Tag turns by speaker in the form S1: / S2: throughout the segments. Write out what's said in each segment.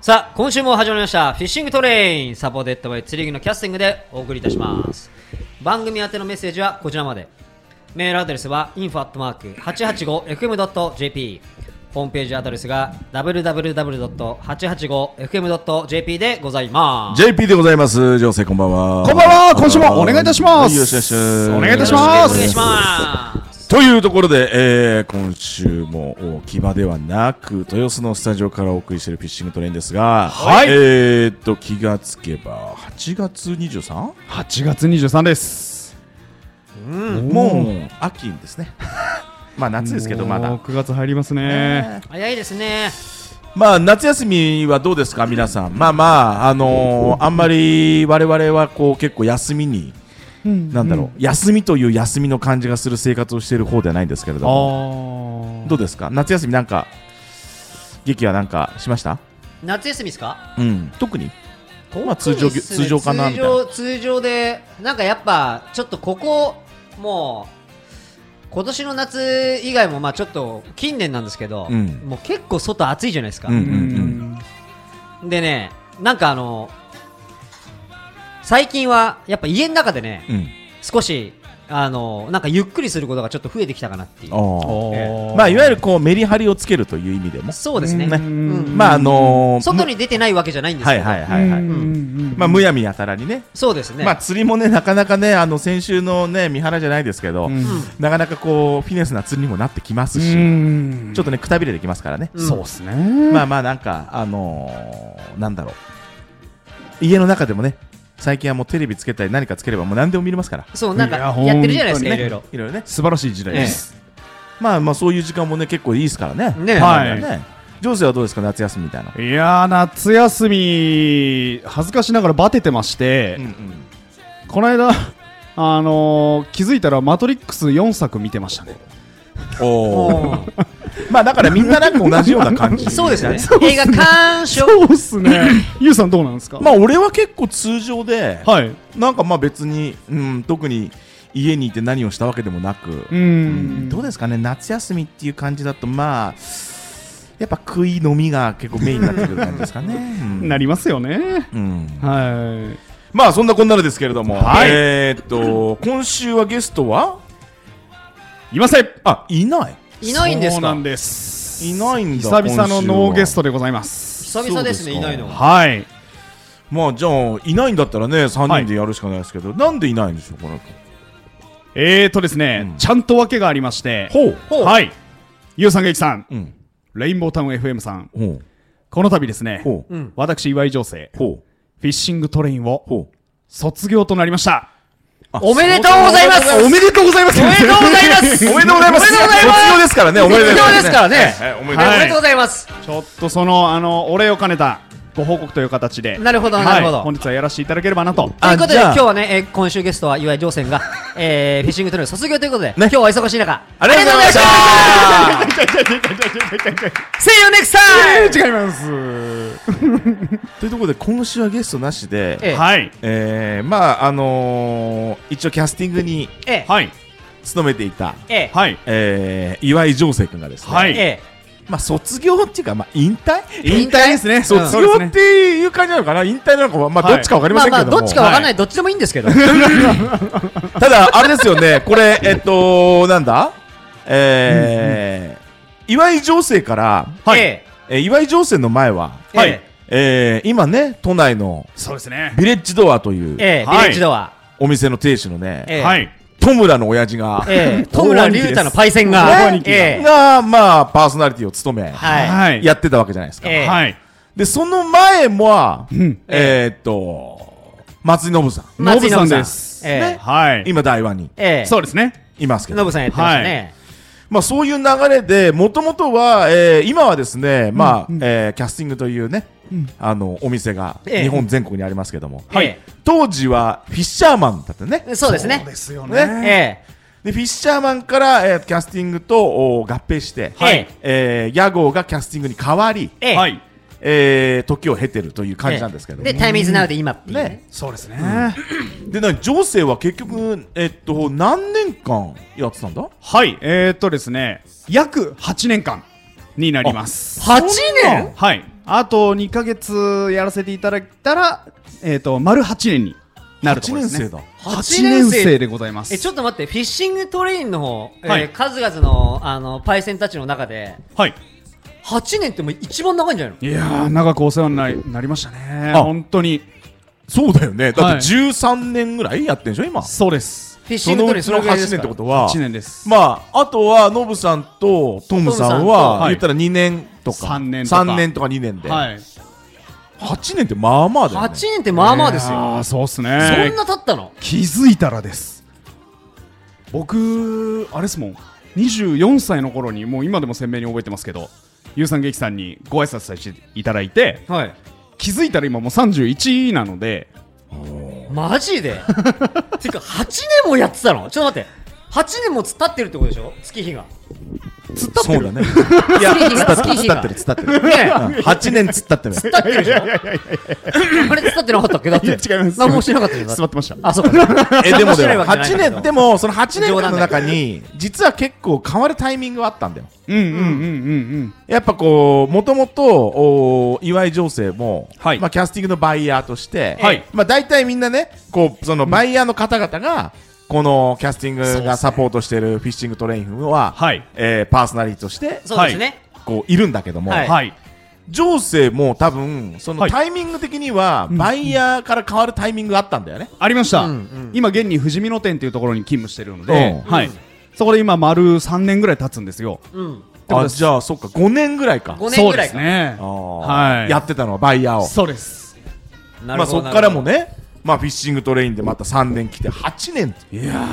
S1: さあ、今週も始まりました、フィッシングトレイン、サポーテッドバイ釣り具のキャスティングでお送りいたします。番組宛てのメッセージはこちらまで。メールアドレスは info.885fm.jp。ホームページアドレスが www.885fm.jp でございます。
S2: JP でございます。情勢こんばんは。
S3: こんばんは今週もお願いいたします
S2: はよろしくお願いします。
S3: お願いいたし
S1: よ
S3: ま
S1: ろ
S3: す
S1: しくお願いします。
S2: というところで、えー今週もお木場ではなく豊洲のスタジオからお送りしているフィッシングトレインですが、
S3: はい
S2: えー、っと気がつけば8月 23?
S3: 8月23です。
S2: もう秋ですね。 まあ夏ですけどま
S3: もう
S2: だ。
S3: 9月入りますね。
S1: 早いですね。
S2: まあ夏休みはどうですか皆さん。まあまああのーあんまり我々はこう結構休みに。なんだろう、休みという休みの感じがする生活をしている方ではないんですけれど
S3: ああ
S2: もどうですか夏休みなんか劇はなんかしました
S1: 夏休みですか
S2: うん特にまあ通常
S1: そうっすね
S2: 通常かなみたい
S1: 通常通常でなんかやっぱちょっとここもう今年の夏以外もまあちょっと近年なんですけど、
S2: うん
S1: もう結構外暑いじゃないですか、
S2: うん
S3: うんうん
S1: でねなんかあの最近はやっぱ家の中でね、
S2: うん
S1: 少しあのなんかゆっくりすることがちょっと増えてきたかなっていう
S2: あー
S1: え
S2: まあいわゆ
S3: る
S2: るこうメリハリをつけるという意味でも
S1: そうですね
S2: ね
S1: うん
S2: まああのー
S1: 外に出てないわけじゃないんです
S2: は
S1: け
S2: い
S1: ど、
S2: はいはいはいまあむやみやたらにね
S1: そうですね、
S2: まあ釣りもねなかなかねあの先週のね三原じゃないですけど、なかなかこうフィネスな釣りにもなってきますし、ちょっとねくたびれてきますからね、
S1: うん
S3: そうですね。
S2: まあまあなんかあのーなんだろう家の中でもね最近はもうテレビつけたり何かつければもう何でも見れますから
S1: そうなんか
S3: いや
S1: やってるじゃないですか、
S3: 本当にね
S1: いろいろ
S2: いろいろね
S3: 素晴らしい時代です。
S2: まあまあそういう時間もね結構いいですからね
S1: ねえ
S3: はい
S2: ねジョーズはどうですか夏休みみたいない
S3: やー夏休み恥ずかしながらバテてまして、この間 あのー気づいたらマトリックス4作見てましたね。
S2: お
S1: お
S2: おまあだからみんななんか同じような感じ
S1: そうですね映画鑑賞
S3: そうっす ね。ゆうさんどうなんですか。
S2: まあ俺は結構通常で
S3: はい。
S2: なんかまあ別にうん特に家にいて何をしたわけでもなく
S3: うん。
S2: どうですかね夏休みっていう感じだとまあやっぱ食い飲みが結構メインになってくる感じですかねうん
S3: なりますよね。
S2: うん
S3: はい。
S2: まあそんなこんなのですけれども、
S3: はい
S2: えーっと今週はゲストはい
S3: ません。
S2: あいない
S1: いないんです
S3: そうな
S1: か
S3: んです。
S2: いないんだ
S3: 久々のノーゲストでございます。
S1: 久々ですね
S2: そ
S1: いう
S2: ですか
S1: ないのは
S3: はい。
S2: まあじゃあいないんだったらね3
S3: は
S2: 人
S3: い
S2: でやるしかないですけど、なんでいないんでしょうこの子
S3: えーとですね、
S2: うん
S3: ちゃんと訳がありまして、
S2: ほう
S1: ほう
S3: はい。ゆうさん、げいきさん、
S2: うん
S3: レインボータウン FM さん、
S2: ほう
S3: この度ですね、
S2: ほう
S1: うん
S3: 私、岩井情勢、フ
S2: ほ
S3: ィッシングトレインを
S2: うほう
S3: 卒業となりました。
S2: あ
S1: おめでとうございます
S3: おめでとうございます
S1: おめでとうございます
S2: おめでとう
S1: おめ
S2: ございます
S1: でとうございます
S2: 卒業ですからねおめでとうございます
S1: 卒業ですからね
S2: はいはいおめでとうござ
S1: お
S2: います
S3: は
S1: めでとうございます
S3: ちょっとその、あの、お礼を兼ねたご報告という形で、
S1: なるほど
S3: はい
S1: なるほど
S3: 本日はやらせていただければなと。
S1: ということで
S2: あじゃあ
S1: 今日はねえー今週ゲストは岩井上船が えーフィッシングトレーの卒業ということで今日は忙しい中
S2: ありがとうございました
S1: ありがとうございました See you next time
S3: 違います。
S2: というところで今週はゲストなしで
S1: ええ
S3: はい。
S2: えー、まああのー、一応キャスティングに
S1: ええ
S3: はい。
S2: 勤めていた、
S1: え
S3: はい。
S2: えー、岩井上生君がですね、
S3: は
S1: え
S3: い
S1: え
S2: まあ卒業っていうかまあ引退
S1: 引退
S3: ですね。
S1: そう
S2: 卒業っていう感じなのかな引退なのかはまあ
S3: はい
S2: どっちかわか
S1: え
S2: り
S1: ま
S2: ま
S1: あ
S2: せんけ
S1: ま
S2: れ
S1: あ
S2: ども、
S1: どっちかわかんないどっちでもいいんですけど
S2: ただあれですよねこ れえっとなんだえー岩井情勢から、
S3: はい
S1: え
S2: えー岩井情勢の前は、
S1: え
S3: はい
S1: え
S2: えー今ね都内の
S3: そうですね。
S2: ビレッジドアとい
S1: え
S2: う
S1: ええビ
S3: はい
S1: レッジドア
S2: お店の亭主のね、
S1: ええ
S3: はい。
S2: 戸村の親父が、
S1: ええ 戸村隆太のパイセンが
S2: 大兄
S3: 貴です
S1: ええ
S2: がまあパーソナリティを務め、
S1: はい
S3: はい。
S2: やってたわけじゃないですか、
S1: ええ
S3: はい。
S2: でその前は、
S3: ん
S2: えーっと松井信さん
S1: 松井信
S3: ノブ
S1: さ
S3: さ
S1: ん
S3: んです
S1: え
S3: はい。
S2: 今台湾に
S1: えええ
S3: そうですね。
S2: いますけど
S1: ノブさんやってましたね
S2: まあ、そういう流れで、もともとは、えー今はですね、まあえーキャスティングというね、あのお店が
S1: ええ
S2: 日本全国にありますけども、
S1: はい
S2: ええ当時はフィッシャーマンだったね。
S1: そうですね
S3: すよ
S2: ね
S1: え
S2: でフィッシャーマンから、えーキャスティングとおー合併して、
S1: はい
S2: えー屋号がキャスティングに変わり、
S1: えええ
S3: はい。
S2: えー時を経てるという感じなんですけども、
S1: で、タイミーズナウで今っていうね
S2: ね。
S3: そうですね。
S2: で、なに情勢は結局、えっと、何年間やってたんだ
S3: はい。えーっとですね、約8年間になります。
S1: 8
S2: そんな
S1: 年
S3: はい。あと2ヶ月やらせていただいたら、えっ、と、丸8年になるところですね。
S2: 8年
S3: 生だ。
S1: 8年
S3: 8年
S1: 生
S3: 生でございます。
S1: えちょっと待ってフィッシングトレインの方、えー
S3: はい
S1: 数々のあのパイセンたちの中で
S3: はい。
S1: 8年ってもう一番長いんじゃないの
S3: いやー、長くお世話になりなりましたね。
S2: あ
S3: 本当に。
S2: そうだよねだ
S3: はい
S2: って13年ぐらいやってんでしょ今
S3: そうです。
S1: フィッシ
S2: そ
S1: ング
S2: の
S1: ト
S2: う
S1: レイン
S2: ち
S1: その
S2: の
S1: ぐ
S2: 8
S1: らいで
S2: 年
S1: す
S2: っ
S1: か
S2: てことは
S3: 1年です。
S2: まああとはノブさんとトムさんは
S3: トムさんとはい
S2: 言ったら2年とか
S3: 三年とか
S2: 三年とか2年で
S3: はい。
S2: 8年ってまあまあだよね
S1: 8年ってまあまあですよ
S3: ああ、そうっす
S1: そ
S3: ね
S1: ん。な経ったの
S3: 気づいたらです。僕、あれですもん。24歳の頃に、もう今でも鮮明に覚えてますけど、ゆうさん劇さんにご挨拶させていただいて、
S1: はい
S3: 気づいたら今もう31なので、
S1: マジ でてか8年もやってたのちょっと待って8年も突っ立ってるってことでしょ月日が
S2: つったそうだ ね
S1: いや月日が
S2: 突
S1: 月
S2: っ
S1: 日
S2: 立っ
S1: が突
S2: てる
S1: っ
S2: 突っ立ってるうん8年突っ立ってる
S1: 立ってるでしょあれ突っ立ってなかったっけだって
S3: いや違います
S1: 何もしてなかったじゃんだって
S3: 座ってました。
S1: あそうか
S2: えでもでも
S1: 八
S2: 8年でもその8年
S1: 冗
S2: 間
S1: 談
S2: の
S1: だけ
S2: 中に実は結構変わるタイミングがあったんだよ
S3: うんうんうんうんうん。
S2: やっぱこうもともと岩井情勢も、
S3: はい
S2: まあ、キャスティングのバイヤーとして、
S3: はい
S2: まあ、大体みんなねこうそのバイヤーの方々が、このキャスティングがサポートしてるフィッシングトレインは、
S3: はい
S2: えーパーソナリティとして
S1: そうですね
S2: こういるんだけども、
S1: はい
S3: はい。
S2: 情勢も多分その
S3: はい
S2: タイミング的には、バイヤーから変わるタイミングがあったんだよね。
S3: ありました、
S1: うんうん
S3: 今現に富士見野店というところに勤務してるので、
S2: うん
S3: はい、そこで今丸3年ぐらい経つんですよ
S1: うん
S3: こと
S2: あ
S3: です
S2: じゃあそっか5年ぐらいか
S1: 5年ぐらい
S3: そうです
S1: か
S3: ね
S2: あー
S3: はい
S2: やってたのはバイヤーを
S3: そうです
S1: な
S2: ま
S1: る
S2: あ、
S1: ほど
S2: そこからも
S1: なる
S2: ね、まあ、フィッシングトレインでまた3年来て8年いや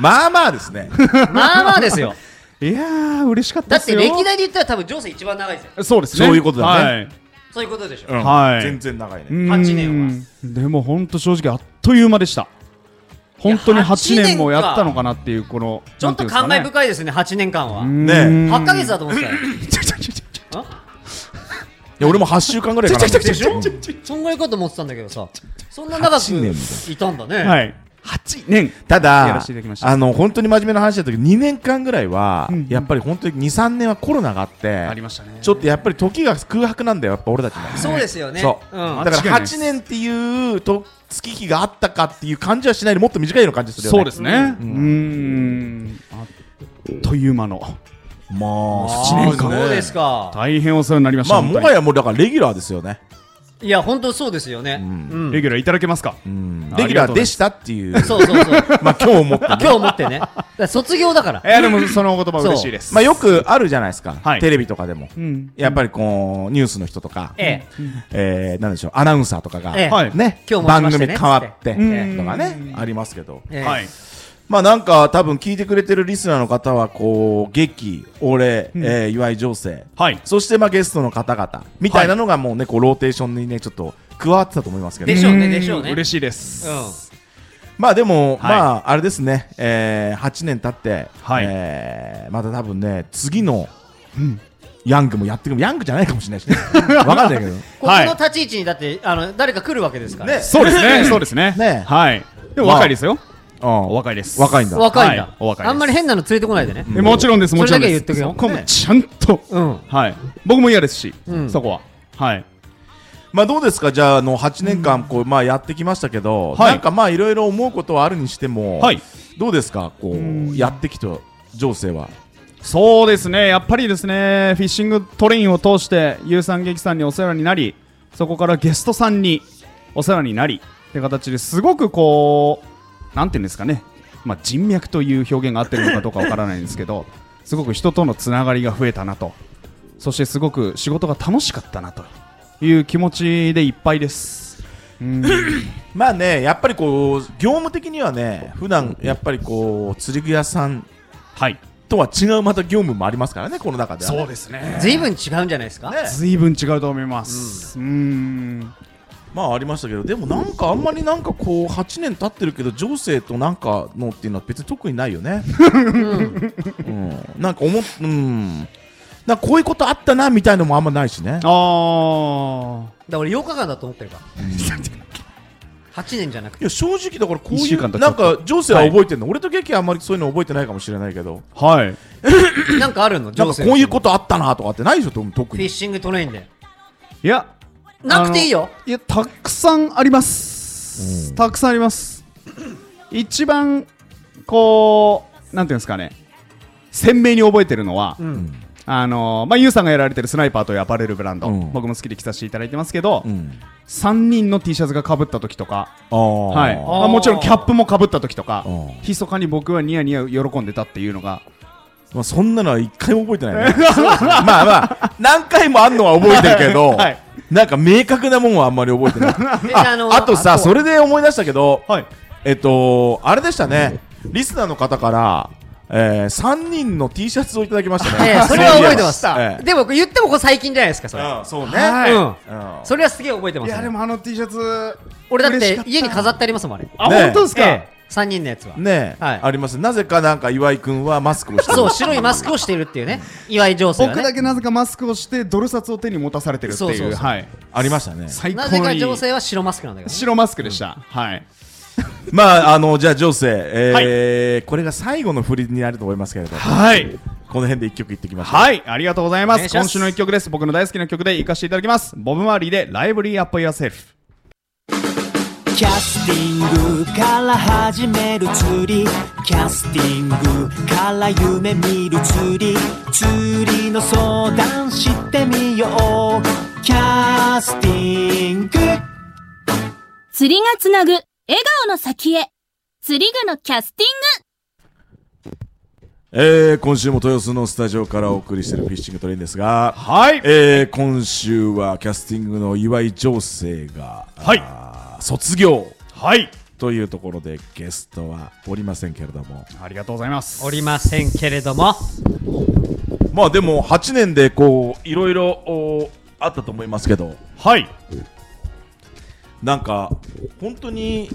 S2: まあまあですね
S1: ほどまあまあですよ
S3: いやー嬉しかっ
S1: だ
S3: た
S1: っ
S3: です
S1: て
S3: よ
S1: 歴代で言ったら多分上司一番長いですよ
S3: そうですね
S2: そういうことだね
S1: そういうことでしょ
S2: うん
S3: はい
S2: 全然長いね、
S3: はい、
S1: 8年
S3: はでも本当正直あっという間でした本当に
S1: いや
S3: 8
S1: 8
S3: 年
S1: 年
S3: も
S1: か
S3: やったのかなっていうこの
S1: ちょっと感慨深いですね8年間は
S2: ねえ
S1: 8ヶ月だと思ってたよあ
S2: いや俺も8週間ぐらいかなと思って
S1: でしょ
S2: うん
S1: そんぐらいかと思ってたんだけどさそんな長く
S2: 8年も
S1: いたんだね、
S3: はい8年
S2: た
S3: や
S2: だ
S3: らせていただきました
S2: あの本当に真面目な話だったけど2年間ぐらいは、
S3: うん
S2: やっぱり本当に23年はコロナがあって
S3: ありましたね
S2: ちょっとやっぱり時が空白なんだよやっぱ俺たちも
S1: そうですよね
S2: そう、
S1: ん、
S2: だか
S3: 間違いな
S2: ら
S3: いです
S2: 8年っていうと月日があったかっていう感じはしないでもっと短いような感じするよね
S3: そうですねう
S2: うん
S3: んあっという間の
S2: まあ
S1: あー
S2: 7年間
S1: そうですか
S3: 大変お世話になりました
S2: まあも
S3: 本当に
S2: はやもうだからレギュラーですよね
S1: いや本当そうですよね、う
S2: うんん
S3: レギュラーいただけますか
S2: うん
S3: あ
S2: レギュラーでしたっていう、
S1: そうそうそう
S2: まあ今日思 った、ね、
S1: 今日思ってねだから卒業だから
S3: いやでもそのお言葉
S1: そう
S3: 嬉しいです。
S2: まあよくあるじゃないですか、
S3: はい
S2: テレビとかでも。
S3: うん
S2: やっぱりこうニュースの人とか、
S1: え
S2: えーなんでしょう、アナウンサーとかが、
S1: ええ
S3: はい
S2: ね
S1: 今日も来ま
S2: 番
S1: したね
S2: 組変わって
S1: つって
S2: と
S1: え
S2: かね
S3: う、ん
S2: ありますけど、
S1: えええ
S3: はい。
S2: まあなんか、多分聞いてくれてるリスナーの方は、こう、劇、俺、
S3: うん
S2: えー岩井情勢、
S3: はい。
S2: そしてまあゲストの方々みたいなのが、もうね、こうローテーションにね、ちょっと加わってたと思いますけど
S1: で、しょうねでしょうね
S3: ん嬉しいです。
S2: まあでも、
S3: はい
S2: まああれですね、えー、8年経って、
S3: はい
S2: えーまた多分ね次の、ヤングもやってくるヤングじゃないかもしれないし、ね、分かんないけ ど
S1: ここの立ち位置にだってあの誰か来るわけですから、
S2: ね
S3: そうですね。そうで すね。
S2: ね
S3: はい。でも
S2: まあ
S3: 若いですよ。お
S2: あ
S3: 若いです。
S2: 若いんだ
S1: 若いんだ、
S3: はいお若いです
S1: あんまり変なの連れてこないでね、
S3: えもちろんです。もちろんです。
S1: それだけは言っとくよ
S3: そこもちゃんと。
S1: うん
S3: はい。僕も嫌ですし
S1: う。ん
S3: そこは。はい。
S2: まあどうですかじゃああの8年間こう、まあ、やってきましたけど、
S3: はい
S2: なんかまあいろいろ思うことはあるにしても、
S3: はい
S2: どうですかこう、
S3: ん
S2: やってきた情勢は
S3: そうですね、やっぱりですね、フィッシングトレインを通して、有酸劇さんにお世話になり、そこからゲストさんにお世話になりって形ですごくこう、なんていうんですかね、まあ、人脈という表現が合ってるのかどうかわからないんですけど、すごく人とのつながりが増えたなと、そしてすごく仕事が楽しかったなという気持ちでいっぱいです。うん、
S2: まあねやっぱりこう業務的にはね普段やっぱりこう釣り具屋さん
S3: はい、
S2: とは違うまた業務もありますからねこの中ではね、
S3: そうですね。
S1: 随分違うんじゃないですか、
S2: ね
S3: ずいぶん違うと思います。うん
S2: まあありましたけどでもなんかあんまりなんかこう8年経ってるけど情勢となんかのっていうのは別に特にないよ ね、
S1: うん、
S2: うん、なんか思っうんなんかこういうことあったなみたいのもあんまないしね
S1: だ
S3: ああ。
S1: から俺8日間だと思ってるから8年じゃなくて
S2: いや正直だからこう
S3: 一
S2: い
S3: 週間
S2: う
S3: とちょ
S2: なん
S3: っと
S2: か情勢は覚えてんの、俺と劇はあんまりそういうの覚えてないかもしれないけど
S3: はい。
S1: なんかあるの
S2: なんかこういうこととあったなとかってないでしょ特
S1: フィッ
S2: に
S1: シングトレインで
S3: いや
S1: なくていいよ
S3: あのいやたくさんあります、たくさんあります一番こうなんていうんですかね鮮明に覚えてるのは、
S1: うん
S3: あのまあ、ユウさんがやられてるスナイパーというアパレルブランド、
S2: うん
S3: 僕も好きで着させていただいてますけど、
S2: うん
S3: 3人の T シャツがかぶった時とか、
S2: ああ
S3: はい
S1: ー
S3: あもちろんキャップもかぶった時とか
S2: うん
S3: 密かに僕はニヤニヤ喜んでたっていうのが
S2: まあ、そんなのは一回も覚えてない ねまあまあ何回もあんのは覚えてるけ ど、
S3: はい
S2: なんか明確なもんはあんまり覚えてないあ
S1: で
S2: あとさ
S1: あ
S2: それで思い出したけど、
S3: はい
S2: えっとあれでしたね、リスナーの方から、え3人の T シャツをいただきましたね、
S1: ええそれは覚えてます
S2: そういえばええ
S1: でも言ってもこれ最近じゃないですかそれ、
S2: うんそうね、
S3: はい
S1: うん
S2: うん
S1: それはすげえ覚えてま
S3: い
S1: す、
S3: やでもあの T シャツ
S1: 俺だっ
S3: 嬉してかた
S1: 家に飾ってありますもんあれ
S3: あ、
S2: ね
S3: 本当ですか、
S1: ええ3人のやつは、
S2: ねえ、
S1: はい
S2: ありますなぜかなんか岩井君はマスクをしてる
S1: そう白いマスクをしているっていうね岩井情勢が
S3: 僕だ
S1: ね
S3: けなぜかマスクをしてドル札を手に持たされてるっていう
S1: そうそうそう
S3: はい、
S2: ありましたね
S3: 最
S1: なぜ
S3: 高
S1: か
S3: に
S1: 情勢は白マスクなんだけど、ね、
S3: 白マスクでした、はい
S2: まああのじゃあジョーセえーこれが最後の振りになると思いますけれど
S3: はい
S2: この辺で一曲いってきましょう
S3: はいありがとうございま
S1: お願い
S3: す
S1: します
S3: 今週の一曲です僕の大好きな曲で行かせていただきますボブ・マーリーで「ライブリー・アップ・ヨーセルフ
S4: キャスティングから始める釣りキャスティングから夢見る釣り釣りの相談してみようキャスティング
S5: 釣りがつなぐ笑顔の先へ釣り具のキャスティング
S2: えー今週も豊洲のスタジオからお送りしているフィッシングトレインですが、」
S3: はい
S2: えー今週はキャスティングの岩井情勢が、
S3: はい
S2: あー卒業
S3: はい
S2: というところでゲストはおりませんけれども
S3: ありがとうございます
S1: おりませんけれども
S2: まあでも8年でこういろいろおあったと思いますけど
S3: はい
S2: なんか本当に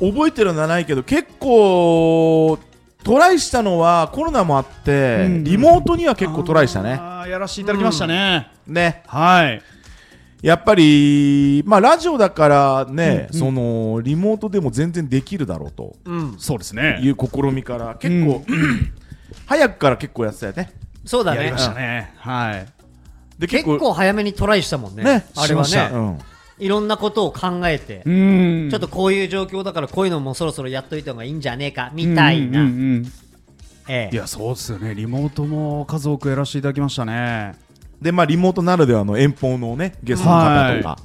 S2: 覚えてるのはないけど結構トライしたのはコロナもあって、
S3: うん
S2: リモートには結構トライしたね。
S3: あーやらせていただきましたね、
S2: ね
S3: はい
S2: やっぱり、まあ、ラジオだからね、そのリモートでも全然できるだろうと
S1: うん
S3: そうですね
S2: いう試みから結構、 早くから結構やってたよね。
S1: そうだ
S3: やり
S1: ね
S3: ましたね、はい
S2: で
S1: 結構早めにトライしたもんね
S2: ね
S1: あれは
S2: しましたう
S1: ね
S2: ん
S1: いろんなことを考えて、
S3: うん
S1: ちょっとこういう状況だからこういうのもそろそろやっといた方がいいんじゃねえかみたいな、
S3: うんうんうん
S1: え
S3: い
S1: え
S3: やそうっすよねリモートも数多くやらせていただきましたね
S2: で、まあ、リモートならではの遠方のねゲストの方とか、
S3: は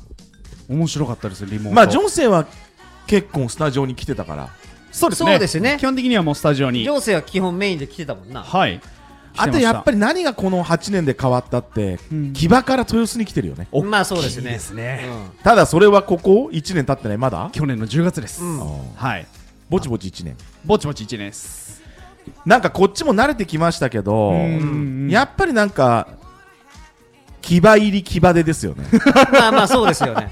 S3: 面白かったですリモート
S2: まあ、ジョンセンは結構スタジオに来てたから、
S3: そうですね
S1: そうですね
S3: 基本的にはもうスタジオに
S1: 情勢は基本メインで来てたもんな
S3: はい
S2: あとやっぱ
S3: り
S2: り何がこの8年で変わったって、
S3: うん
S2: 騎馬から豊洲に来てるよね。
S1: まあそうですね
S3: ね
S2: ただ、それはここ1年経ってない、まだ、
S3: 去年の10月です、
S1: うん
S2: うん
S3: はい
S2: ぼちぼち1年。
S3: ぼちぼち1年です
S2: なんかこっちも慣れてきましたけど、
S3: うん
S2: やっぱりなんか、牙入り牙出ですよ ね。
S1: うんまあまあそうですよね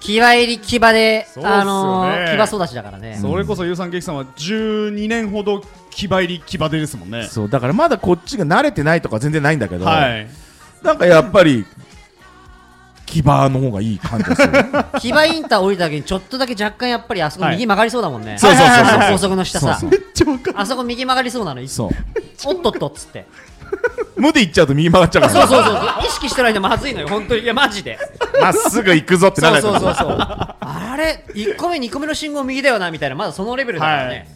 S1: 気合入り気場で
S3: そうっすよね
S1: あのー気場育ちだからね
S3: それこそゆうさんけいきさんは12年ほど気張り気張でですもんね
S2: そうだからまだこっちが慣れてないとか全然ないんだけど、
S3: はい
S2: なんかやっぱり、牙の方がいい感じがする。
S1: 騎馬インター降りた時にちょっとだけ若干やっぱりあそこ
S3: はい
S1: 右曲がりそうだもんね、
S2: そうそうそうそう
S1: あの高速の下さ
S2: そう
S3: めっちゃわかる
S1: あそこ右曲がりそうなのいつ
S2: そう。
S1: おっとっとっつって
S2: 無で行っちゃうと右曲がっちゃうか
S1: そう
S2: ら、
S1: そうそうそう意識してないのまずいのよ本当にいやマジで
S2: まっすぐ行くぞってなら
S1: そ
S2: な
S1: う
S2: いと
S1: そうそうそうあれ1個目2個目の信号右だよなみたいなまだそのレベルだからね、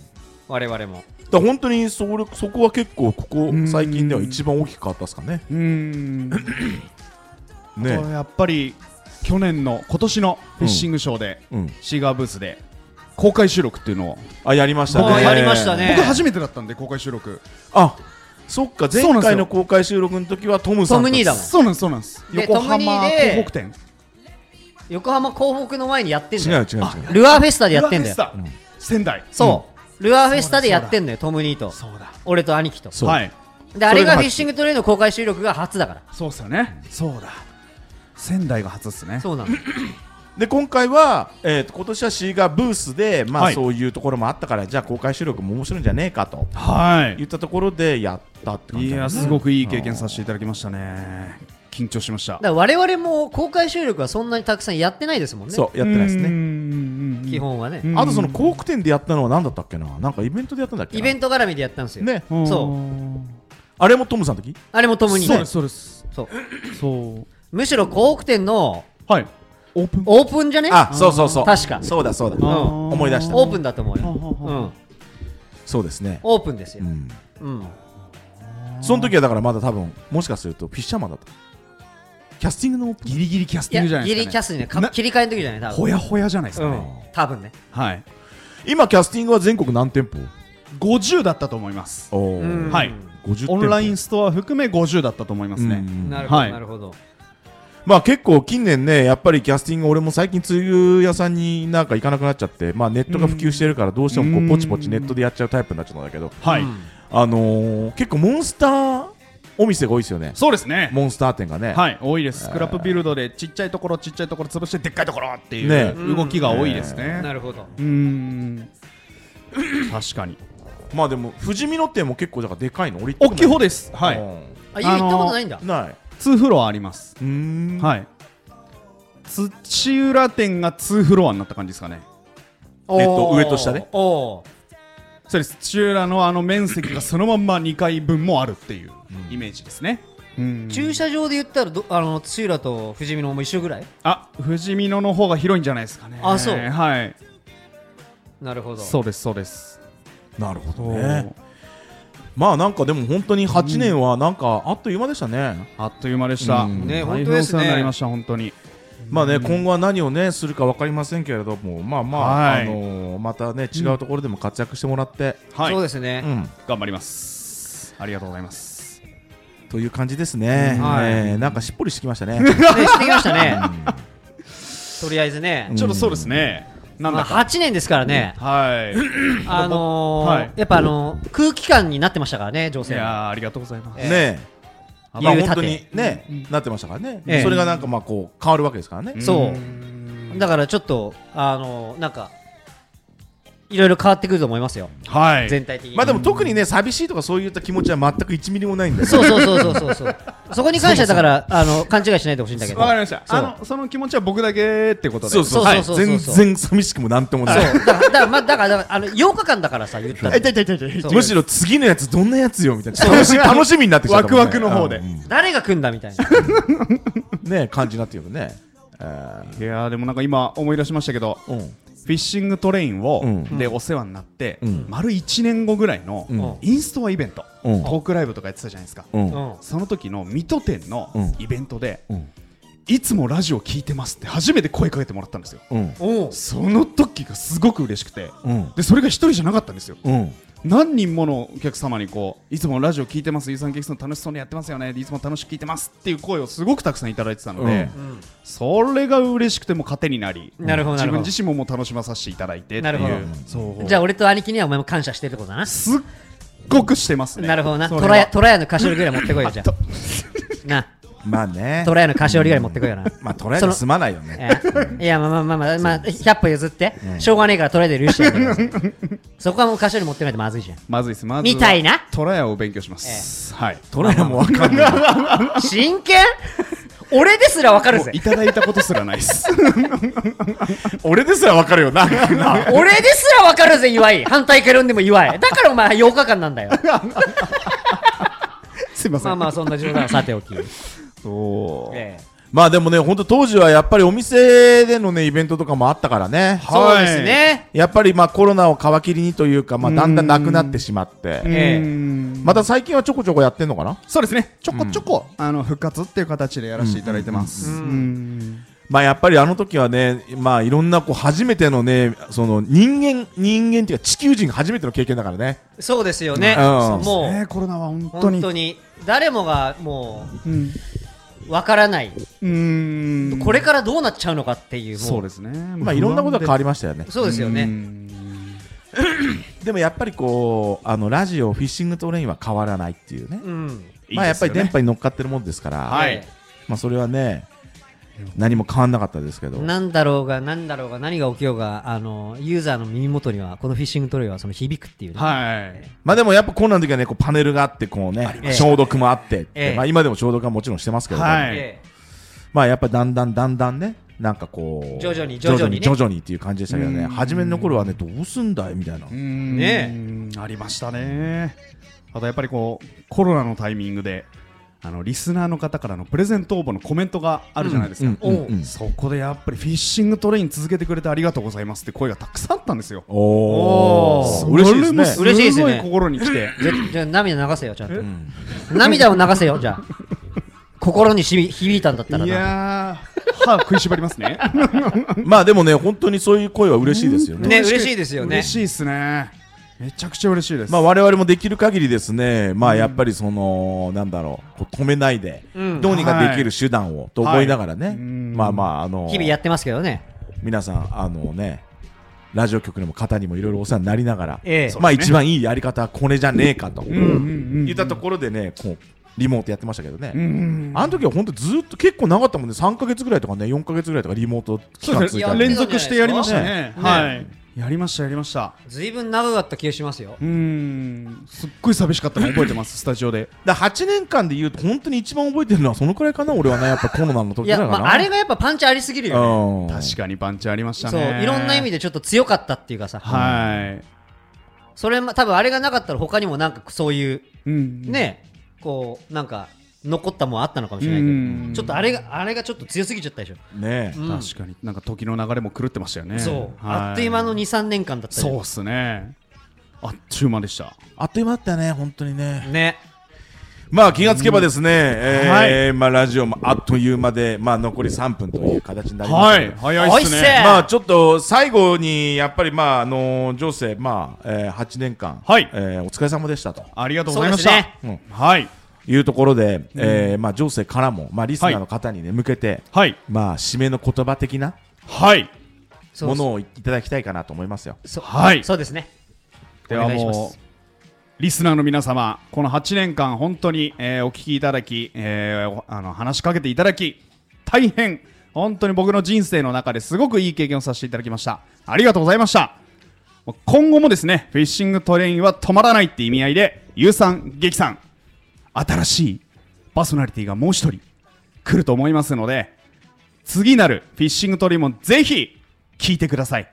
S1: 我々も
S2: だから本当にそれそこは結構、ここ最近では一番大きく変わったですかね。
S3: うーん
S2: ね
S3: あとやっぱり去年の今年のフィッシングショーで、
S2: うん
S3: シーガーブースで公開収録っていうのを
S2: あ、やりました
S1: もう
S2: ね。
S1: やりましたね
S3: 僕初めてだったんで公開収録
S2: あ、そっか、前
S3: そうなんです
S2: 回
S3: よ
S2: の公開収録の時はトムさんと
S1: トム兄だもん
S3: そうなんですそうなんです
S1: で
S3: 横浜
S1: トムニーで
S3: 広北店
S1: 横浜港北の前にやってん
S2: 違う
S1: だよ
S2: 違う違う。
S1: ルアーフェスタでやってんだよ
S3: うわフェスタ仙台
S1: そう、ルアーフェスタでやってんのよトム・ニーと
S3: そうだ
S1: 俺と兄貴と
S2: そう
S3: はい
S1: であれが
S3: それが初
S1: フィッシングトレインの公開収録が初だから
S3: そうっすよねそうだ仙台が初っすね
S1: そうなの
S2: で今回は、えー、と今年はシーガーブースで、まあ
S3: はい
S2: そういうところもあったからじゃあ公開収録も面白いんじゃねえかと
S3: は
S2: 言ったところでやったって感
S3: い
S2: じだ
S3: や
S2: ね
S3: すごくいい経験させていただきましたね緊張しました
S1: だから我々も公開収録はそんなにたくさんやってないですもんね
S2: そうやってないですね
S3: ね
S1: 基本はね、
S2: あとその広告店でやったのは何だったっけななんかイベントでやったんだっけな
S1: イベント絡みでやったんですよ、
S2: ね
S1: そう
S3: う
S2: あれもトムさんの時
S1: あれもトム・ニー
S3: そうですそうで
S1: そ
S3: す
S1: う
S3: そう
S1: むしろ幸福店の
S3: はいオープン
S1: オープンじゃね
S2: あそうそうそう
S1: 確か
S2: そうだそうだ
S1: ん
S2: 思い出した
S1: オープンだと思うよ、
S3: は
S1: う
S3: あは
S1: ん、
S2: そうですね
S1: オープンです
S2: う
S1: よ、
S2: ん
S1: うん、
S2: その時はだからまだ多分もしかするとフィッシャーマンだったキャスティングのオープン
S3: ギリギリキャス
S1: い
S3: ティン
S1: や
S3: グじゃない
S1: ギ
S3: で
S1: リキ
S3: すか、
S1: ャ
S3: ね、
S1: スにねか
S3: な
S1: 切り替えの時じゃない多分
S3: ほやほやじゃないです
S1: う
S3: か
S1: ん
S3: ね、
S1: 多分ね
S3: はい
S2: 今キャスティングは全国何店舗
S3: 50だったと思います
S2: お
S1: うん
S3: はいオンラインストア含め50だったと思いますね、
S1: なるほど、
S3: はい
S1: なるほど
S2: まあ結構近年ねやっぱりキャスティング俺も最近通屋さんになんか行かなくなっちゃってまあネットが普及してるからどうしてもこ
S3: う
S2: うんポチポチネットでやっちゃうタイプになっちゃうんだけど
S3: はい、
S1: うん
S2: あのー、結構モンスターお店が多いですよね
S3: そうですね
S2: モンスター店がね
S3: はい多いですスクラップビルドでちっちゃいところちっちゃいところ潰してでっかいところってい
S2: ね
S3: う動きが多いですね
S1: なるほど
S3: うーん確かに
S2: まあでも富士見野店も結構だからでかいの俺行った
S3: 大
S2: こ
S3: きい
S2: と
S3: 方ですは
S2: ない
S3: い
S1: あ家行ったことないんだ、
S2: うんない
S3: 2フロアあります
S2: うーん
S3: はい土浦店が2フロアになった感じですかね
S1: おー
S2: えっと上と下ね
S1: おー
S3: そうです土浦のあの面積がそのまんま2階分もあるっていうイメージですねうん
S1: 駐車場で言ったらどあの土浦と富士見のも一緒ぐらい
S3: あ富士見野の方が広いんじゃないですかね
S1: あそう
S3: はい
S1: なるほど
S3: そうですそうです
S2: なるほどねまあなんかでも本当に8年はなんかあっという間でしたね、
S3: あっという間でした、
S2: うん
S1: ね
S3: 大
S1: 本
S3: 変
S1: 当ですね
S3: お世話になりました本当に
S2: まあね今後は何をねするか分かりませんけれどもまあまあ、
S3: はい
S2: あのーまたね違うところでも活躍してもらって、
S3: はい
S1: そうです ね、
S2: うん
S3: 頑張りますありがとうございます
S2: という感じですね、
S1: はい
S2: えーなんかしっぽりしてきましたね
S1: ねしてきましたねとりあえずね、
S3: ちょっとそうですね、なん
S1: ま
S3: だ
S1: あ、
S3: か、
S1: 8年ですからね、
S3: はい
S1: あのー
S3: はい
S1: やっぱあのー空気感になってましたからね、女
S3: い
S1: 性は。
S3: やーありがとうございます、
S1: え
S2: ね
S1: え
S2: まあ
S1: 言う
S2: 本
S1: た
S2: 当に
S1: て。
S2: ね、なってましたからね、
S1: ええ
S2: それがなんかまあこう変わるわけですからね、
S1: そ
S3: ん
S1: う。だからちょっと、あのーなんか、いろいろ変わってくると思いますよ、
S3: はい
S1: 全体的に。
S2: まあでも特にね寂しいとかそういった気持ちは全く1ミリもないんだよ
S1: そうそうそうそうそうそう。そこに関してはだから、あの、勘違いしないでほしいんだけど。
S3: わかりました
S1: そう
S3: あのその気持ちは僕だけってことで
S2: そうそう
S1: はい
S2: そうそう全然寂しくもなんとも
S1: そ
S2: な
S1: う。
S2: い
S1: だから、だから、まあ、だから、だからあの、8日間だからさ、言ったら。そう
S2: むしろ次のやつどんなやつよみたいな楽し 楽しみになってきちゃったもんね
S3: ワクワクの方で
S2: うん
S1: 誰が組んだみたいな。
S2: ね感じになってるよねえー
S3: いやーでもなんか今思い出しましたけど
S2: うん
S3: フィッシングトレインを、
S2: うん
S3: でお世話になって、
S2: うん
S3: 丸1年後ぐらいの、
S2: うん
S3: インストアイベント、
S2: うん
S3: トークライブとかやってたじゃないですか、
S2: うん
S1: うん。
S3: その時の水戸店の
S2: うん
S3: イベントで、
S2: うん
S3: いつもラジオ聞いてますって初めて声かけてもらったんですよ
S2: うん
S1: おう
S3: その時がすごく嬉しくて
S2: うん
S3: でそれが一人じゃなかったんですよ
S2: うん
S3: 何人ものお客様にこういつもラジオ聞いてます、ゆうさんケーキさん楽しそうにやってますよね、いつも楽しく聞いてますっていう声をすごくたくさんいただいてたので、
S1: うん
S3: それが嬉しくてもう糧になり、
S1: なるほど、な
S3: 自
S1: るほ
S3: 分
S1: ど。
S3: 自身ももう楽しまさせていただいてっていう、
S1: なるほど
S3: そう
S1: じゃあ、俺と兄貴にはお前も感謝してるってことだな。
S3: すっごくしてますね。
S1: なるほどな。
S3: それ
S1: ト
S3: は
S1: ラヤ、トラヤの菓子折りぐらい持ってこいよ、じゃあ。な、
S2: まあね
S1: トラヤの菓子折りぐらい持ってこいよな。
S2: まあとりあえずすまないよね
S1: えーいや、まあまあまあまあ、まあ、100歩譲って、しょうがねえからトラヤで許してやってくださいそこはもう菓子折り持ってないとまずいじゃん。
S3: まずいです、まずは
S1: みたいな。
S3: トラヤを勉強します。はい。
S2: トライもわかんない
S1: 真剣俺ですらわかる
S3: も
S1: ぜ
S3: うい。ただいたことすらないです。
S2: 俺ですらわかるよなな
S1: 俺ですらわかるぜ、岩井。反対から呼んでも岩井。だからお前8日間なん だよ。
S3: すいません。
S1: まあまあ、そんな冗談はさておき。
S3: そう
S1: ええ
S2: まあでもね本当当時はやっぱりお店でのねイベントとかもあったからね
S1: そうですね。
S2: やっぱりまあコロナを皮切りにというかまあだんだんなくなってしまっ
S3: う
S2: て
S1: ええ
S3: ん
S2: また最近はちょこちょこやってんのかな
S3: そうですね。ちょこちょこ、あの復活っていう形でやらせていただいてます。うん
S2: まあやっぱりあの時はね、まあいろんなこう初めてのね、その人間、人間っていうか地球人が初めての経験だからね。
S1: そうですよね。
S2: うん
S1: も
S3: ね
S1: う、
S3: コロナは本当
S1: 本
S3: に。
S1: 当に、誰もがも
S3: うん
S1: う、わからない。
S3: うーん。
S1: これからどうなっちゃうのかっていう、も
S3: そうですね。
S2: まあいろんなことが変わ
S3: り
S2: りましたよね。
S1: そうですよね。
S2: でもやっぱりこう、あのラジオ、フィッシングトレインは変わらないっていうね。
S1: うん。
S2: まあやっぱり電波
S3: に。
S2: に乗っかってるもんですから、
S3: はい
S1: え
S2: まあそれはね、何も変わんなかったですけど
S1: え。なんだろうが、なんだろうが、何が起きようが、あの、ユーザーの耳元には、このフィッシングトレイはその響くっていうね。
S3: はい。
S2: まあでもやっぱコロナの時はね、こうパネルがあって、こうね、
S1: ね
S2: 消毒もあってって、
S1: ええ
S2: まあ今でも消毒はもちろんしてますけれども、
S3: はい
S1: ええ
S2: まあやっぱだんだんだんだんねなんかこう
S1: 徐々に徐々にね
S2: 徐々にっていう感じでしたけどね
S3: うん
S2: 初めの頃はねどうすんだいみたいな
S1: ね
S3: ねありましたね。あとやっぱりこう、コロナのタイミングで、あのリスナーの方からのプレゼント応募のコメントがあるじゃないですか、
S2: うんうんうんうん
S3: そこでやっぱりフィッシングトレイン続けてくれてありがとうございますって声がたくさんあったんですよ。
S2: おー
S3: それ
S2: 嬉しい
S3: も
S2: ですね。
S1: 嬉しいですね
S3: ごい 心に来て
S1: じゃじゃあ涙流せよちゃんと涙を流せよじゃあ心にしみ響いたんだったら
S3: い
S1: な
S3: やー歯食いしばりますね
S2: まあでもね、本当にそういう声は嬉しいですよね。
S1: ね嬉しいですよね
S3: 嬉しいですねめちゃくちゃ嬉しいです、
S2: まあ我々もできる限りですね、まあやっぱりその、なんだろう、こう止めないで、
S1: うん
S2: どうにかできる手段をと思いながらね、
S3: いうん
S2: まあまあ、あの、
S1: 日々やってますけどね
S2: 皆さん、あのね、ラジオ局の方にもいろいろお世話になりながら、
S1: ええ
S2: まあ一番いいやり方はこれじゃねえかと、
S3: うんうんうんうん
S2: 言ったところでね、こう、リモートやってましたけどね、
S3: うん
S2: あの時は本当ずっと結構長かったもんね、3ヶ月ぐらいとかね、4ヶ月ぐらいとかリモート期
S3: そう
S2: 間
S3: で
S2: つ
S3: す
S2: い
S3: ね
S2: たん
S1: いや
S2: で
S3: 連続してやりましたね
S1: ね
S3: はいやりましたやりました
S1: ずいぶん長かった気がしますよ
S3: うーんすっごい寂しかったの覚えてま すスタジオで
S2: だから8年間で言うと、本当に一番覚えてるのはそのくらいかな、俺はね、やっぱコロナの時
S1: い
S2: だ
S1: や、
S2: から
S1: ま
S2: な。
S1: あ、あれがやっぱパンチありすぎるよね
S2: うん
S3: 確かにパンチありました
S1: そう
S3: ね
S1: いろんな意味
S3: で
S1: でちょっと強かったっていうかさ、
S3: は
S1: それも多分あれがなかったら他にもなんかそういう
S3: いうん
S1: ね、こうなんか残ったもんあったのかもし
S3: う
S1: れないけど、
S3: ん
S1: ちょっとあれがあれがちょっと強すぎちゃったでしょ、
S2: ねえ
S1: うん
S3: 確かになんか時の流れも狂ってましたよね
S1: そう、
S3: はい
S1: あっという間の23年間だった
S3: そうっすねあっちゅう間でした
S2: あっという間だったよね、本当にね。
S1: ね
S2: まあ気がつけばですね、え
S3: は
S2: ーまあラジオもあっという間で、まあ残り3分という形になりました
S3: は
S2: け
S3: い
S2: ど。
S3: 早いっす
S1: おいっせ
S3: ね
S2: まあちょっと最後にやっぱりまああの情勢まあ、えー、8年間、
S3: はい
S2: えーお疲れ様でしたと
S3: ありがとうご
S1: そうで
S3: ざいまし
S1: す
S3: た、
S1: ね
S2: うん
S3: はい
S2: いうところで、えーまあ情勢からもまあリスナーの方にね向けて、
S3: はい
S2: まあ締めの言葉的な
S3: はい
S1: そう
S2: ものをいただきたいかなと思いますよ。
S1: そう
S3: はい
S1: そうですね
S3: では
S1: お願いしま
S3: も
S1: す
S3: うリスナーの皆様この8年間本当に、えーお聞きいただき、えーおあの話しかけていただき大変本当に僕の人生の中ですごくいい経験をさせていただきましたありがとうございましたもう今後もですねフィッシングトレインは止まらないって意味合いで U さん劇さん新しいパーソナリティがもう一人来ると思いますので次なるフィッシングトレインもぜひ聞いてください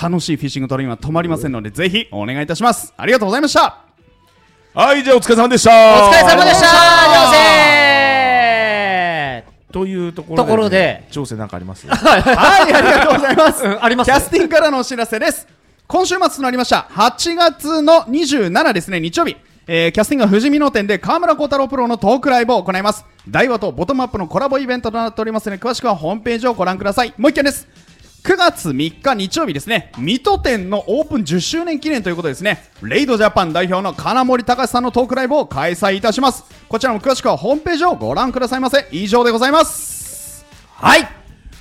S3: 楽しいフィッシングトレインは止まりませんので、ぜひお願いいたします。ありがとうございました。
S2: はいじゃあお疲れ様でした。
S1: お疲れ様でした
S2: あ
S1: 女
S2: りがとうございま
S1: 性
S2: したというところ
S1: ところで
S2: 情勢なんかあります。
S3: はい、ありがとうございます。
S1: うんあります
S3: キャスティングからのお知らせです。今週末となりました、8月の27ですね、日曜日。えーキャスティングは富士見の店で河村幸太郎プロのトークライブを行います。台話とボトムアップのコラボイベントとなっておりますので、詳しくはホームページをご覧ください。もう一件です。9月3日日曜日ですね、水戸店のオープン10周年記念ということですね、レイドジャパン代表の金森隆さんのトークライブを開催いたします。こちらも詳しくはホームページをご覧くださいませ。以上でございます。
S1: はい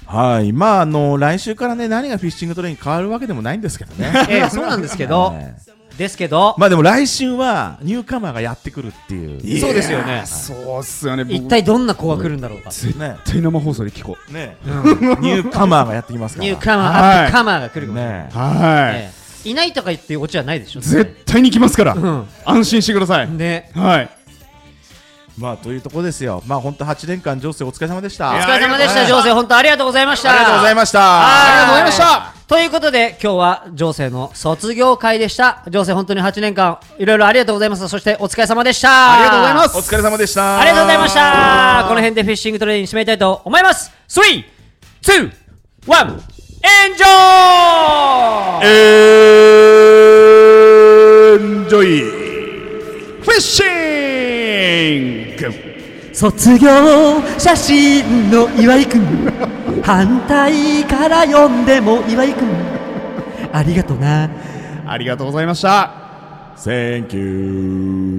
S2: はい、まああの来週からね何がフィッシングトレイン変わるわけでもないんですけどね。
S1: えー、そうなんですけど
S2: ね
S1: ですけど、
S2: まあでも来週はニューカマーがやってくるっていう。
S1: そうですよね
S3: そうっすよね、
S1: 一体どんな子が来るんだろうか
S2: ね。
S3: 絶対生放送で聞こ
S2: ね、ニューカマーがやってきますから。
S1: ニューカマー、
S3: はい
S1: アップカマーが来るかもしれない、
S2: ね
S3: う。はい、
S1: ええいないとか言ってオチはないでしょ
S3: 絶対に来ますから、
S1: ん
S3: 安心してください。
S1: ね
S3: はい。
S2: まあというところですよ。まあ本当8年間情勢お疲れ様でした。
S1: お
S2: あり
S1: 疲れ様でした、ジョーセ本当ありがとうございました。
S2: がとうございました。
S1: はい
S3: ありがとうございました。
S1: ということで、今日はジョーセの卒業会でした。ジョーセ本当に8年間、いろいろありがとうございました。そしてお疲れ様でした。
S3: ありがとうございます。
S2: お疲れ様でした。
S1: ありがとうございました。この辺でフィッシングトレーニング締めたいと思います。3、2、1、エンジョー
S2: エンジョイ。
S3: フィッシング
S6: 卒業写真の岩井くん反対から読んでも岩井くんありがとな
S3: ありがとうございました。
S2: Thank you.